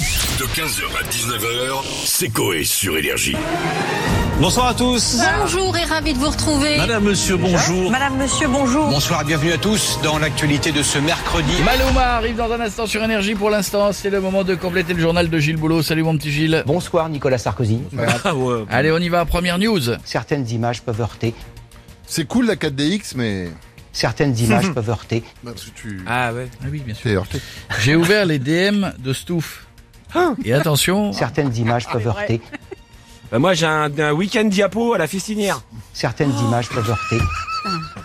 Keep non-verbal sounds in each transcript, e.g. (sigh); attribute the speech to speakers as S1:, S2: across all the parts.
S1: De 15h à 19h, c'est Coé sur Énergie.
S2: Bonsoir à tous.
S3: Bonjour et ravi de vous retrouver.
S4: Bah
S2: Madame, monsieur, bonjour.
S5: Madame, monsieur, bonjour.
S6: Bonsoir et bienvenue à tous dans l'actualité de ce mercredi.
S7: Maluma arrive dans un instant sur Énergie. Pour l'instant, c'est le moment de compléter le journal de Gilles Boulot. Salut mon petit Gilles.
S6: Bonsoir Nicolas Sarkozy.
S2: Ah ouais.
S7: Allez, on y va. Première news.
S6: Certaines images peuvent heurter.
S8: C'est cool la 4DX, mais.
S6: Certaines images peuvent heurter.
S8: Bah, parce que tu.
S2: Ah ouais.
S7: Ah oui, bien sûr.
S8: T'es heurté.
S7: J'ai ouvert les DM de Stouff. Et attention,
S6: Certaines images peuvent heurter.
S4: Bah, moi j'ai un, un week-end diapo à la fistinière.
S6: Certaines images peuvent heurter.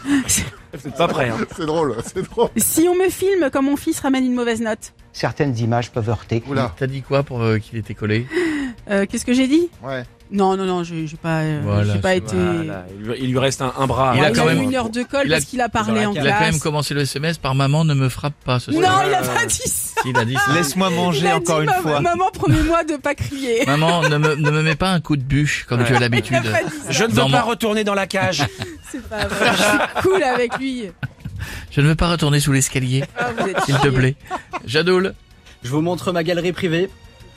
S4: Vous êtes pas prêt. Hein.
S8: C'est drôle, (laughs) c'est drôle.
S9: Si on me filme quand mon fils ramène une mauvaise note,
S6: Certaines images peuvent heurter.
S8: Oula.
S7: t'as dit quoi pour euh, qu'il était collé
S9: euh, qu'est-ce que j'ai dit
S8: Ouais.
S9: Non, non, non, j'ai j'ai pas, euh,
S7: Voilà,
S9: j'ai pas
S7: c'est-
S9: été.
S4: Voilà, Ah, il, lui, il lui reste un, un bras.
S7: Il a
S9: Ah,
S7: quand
S9: eu
S7: même-
S9: une heure de colle
S7: il a-
S9: parce qu'il a parlé en
S7: Il a quand même
S9: classe.
S7: commencé le SMS par maman ne me frappe pas ce
S9: Non,
S7: soir.
S9: il a pas dit ça.
S7: Il a dit ça.
S2: Laisse-moi
S9: Il
S2: manger
S9: a
S2: encore
S9: dit,
S2: une
S9: maman,
S2: fois.
S9: Maman, promets-moi de pas crier.
S7: Maman, ne me, ne me mets pas un coup de bûche comme (laughs) tu as
S9: Il
S7: (laughs)
S9: a
S7: l'habitude.
S9: pas dit
S4: Je
S9: ça.
S4: ne veux
S7: Dans
S4: pas
S7: mon-
S4: retourner dans la cage.
S9: C'est pas vrai. Je suis cool avec lui.
S7: Je ne veux pas retourner sous l'escalier,
S9: Ah, vous êtes
S7: s'il te
S9: chiés.
S7: plaît. Jadoul,
S10: Je vous montre ma galerie privée.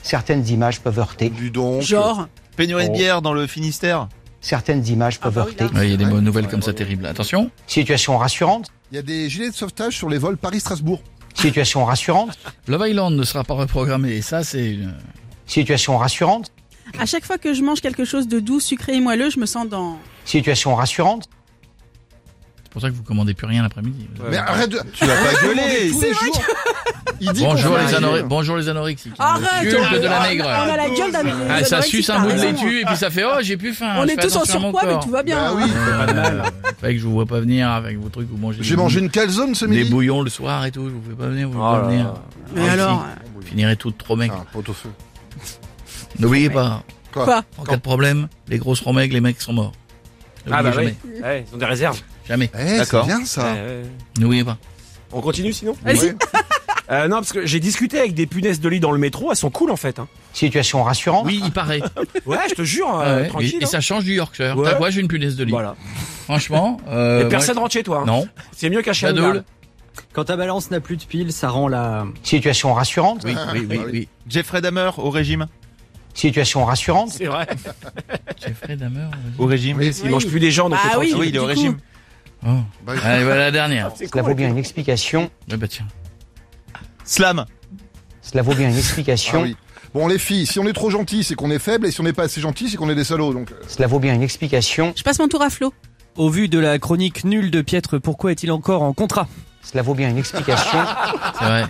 S6: Certaines images peuvent heurter.
S8: Du don.
S9: Genre,
S2: Pénurie de bière dans le Finistère.
S6: Certaines images peuvent
S9: bah oui,
S6: heurter.
S9: là.
S7: Ouais, il y a des bonnes nouvelles comme ça terribles. Attention.
S6: Situation rassurante.
S8: euh, Il y a des gilets de sauvetage sur les vols Paris-Strasbourg.
S6: Situation rassurante.
S7: Love Island ne sera pas reprogrammé. Et ça, c'est euh, une-
S6: Situation rassurante.
S9: à chaque fois que je mange quelque chose de doux, sucré et moelleux, je me sens dans.
S6: Situation rassurante.
S7: c'est pour ça que vous commandez plus rien l'après-midi.
S8: Mais arrête de.
S2: Tu vas pas gueuler.
S8: Tous les jours. Il dit
S7: Bonjour
S8: qu'on a
S7: les,
S8: un
S7: anore-
S8: gueule.
S7: bonjour les anorexiques.
S9: Arrête
S7: Le culte de la
S9: on a-
S7: maigreur.
S9: On a la gueule d'un.
S7: Ah,
S9: d'un
S7: ça
S9: anorexique,
S7: suce un
S9: t'as
S7: bout de
S9: raison.
S7: laitue et puis ça fait oh j'ai plus faim.
S9: On
S7: je
S9: est
S7: fais
S9: tous en
S7: attention à mon
S9: surpoids, mais
S7: corps.
S9: tout va bien.
S8: Bah
S9: hein.
S8: oui.
S4: Pas de
S7: (laughs)
S4: mal.
S7: Fait que je vous vois pas venir avec vos trucs, vous mangez.
S8: J'ai
S7: des-
S8: mangé une calzone ce
S7: des
S8: midi.
S7: bouillons le soir et tout. Je vous fais pas venir, vous
S4: Oh
S7: pouvez
S4: là
S7: pas venir.
S4: là.
S9: Mais alors,
S7: Vous finirez tout trop mec.
S8: Ah, pot au feu.
S7: N'oubliez pas,
S9: quoi
S7: en cas de problème, les grosses romecs, les mecs sont morts.
S4: (laughs) Ah
S7: N'oubliez
S4: bah
S7: jamais.
S4: oui. Ouais, ils ont des réserves.
S7: Jamais.
S8: Eh, c'est
S2: D'accord.
S8: bien ça.
S4: Ouais, ouais.
S7: N'oubliez pas.
S4: On continue sinon
S9: Vas-y.
S4: Euh, Non parce que j'ai discuté avec des punaises de lit dans le métro. Elles sont cool en fait. Hein.
S6: Situation rassurante.
S7: Oui, il paraît.
S4: Ouais, je te jure. euh,
S7: Ah ouais,
S4: tranquille.
S7: et, et
S4: hein.
S7: ça change du Yorkshire.
S4: Ouais.
S7: T'as quoi J'ai une punaise de lit.
S4: Voilà.
S7: Franchement. Euh,
S4: Et
S7: moi,
S4: personne rentre chez toi. hein.
S7: Non.
S4: C'est mieux qu'un chien de
S7: Jadoul.
S4: garde.
S10: Quand ta balance n'a plus de piles, ça rend la...
S6: Situation rassurante.
S7: Oui, oui, oui,
S8: Ah oui.
S7: oui.
S2: Jeffrey Dahmer au régime.
S6: Situation rassurante.
S4: C'est vrai.
S7: Jeffrey Dahmer. vas-y.
S2: Au régime.
S8: Oui.
S4: Ils mangent plus des gens donc.
S9: Bah
S4: t'es
S9: oui.
S4: tranquille.
S2: Oui, il est au
S9: du
S2: régime.
S7: Oh.
S8: Bah,
S7: Allez, voilà la dernière.
S4: C'est
S6: Cela
S4: con,
S6: vaut
S4: hein.
S6: bien une explication.
S7: Ah bah tiens.
S2: Slam.
S6: Cela vaut bien une
S8: ah
S6: explication.
S8: oui. Bon, les filles, si on est trop gentil, c'est qu'on est faible, et si on n'est pas assez gentil, c'est qu'on est des salauds. Donc, euh,
S6: Cela vaut bien une explication.
S9: Je passe mon tour à Flo.
S10: Au vu de la chronique nulle de Piètre, pourquoi est-il encore en contrat
S6: Cela vaut bien une explication.
S7: C'est vrai.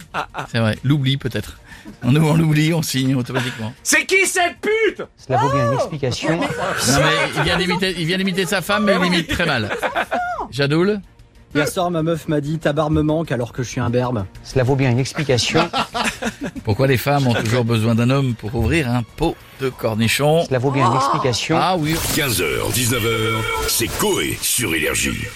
S7: C'est vrai. L'oubli peut-être. On, on l'oublie, on signe automatiquement.
S4: C'est qui cette pute
S6: Cela vaut bien une explication.
S7: Non mais il vient d'imiter, il vient d'imiter sa femme, mais il l'imite très mal. Jadoul,
S10: Hier soir, ma meuf m'a dit « ta barbe me manque alors que je suis un berbe
S6: Cela vaut bien une explication.
S7: pourquoi les femmes ont toujours besoin d'un homme pour ouvrir un pot de cornichons
S6: Cela vaut bien une explication.
S7: Ah oui,
S1: 15h, 19h, c'est Coé sur Énergie.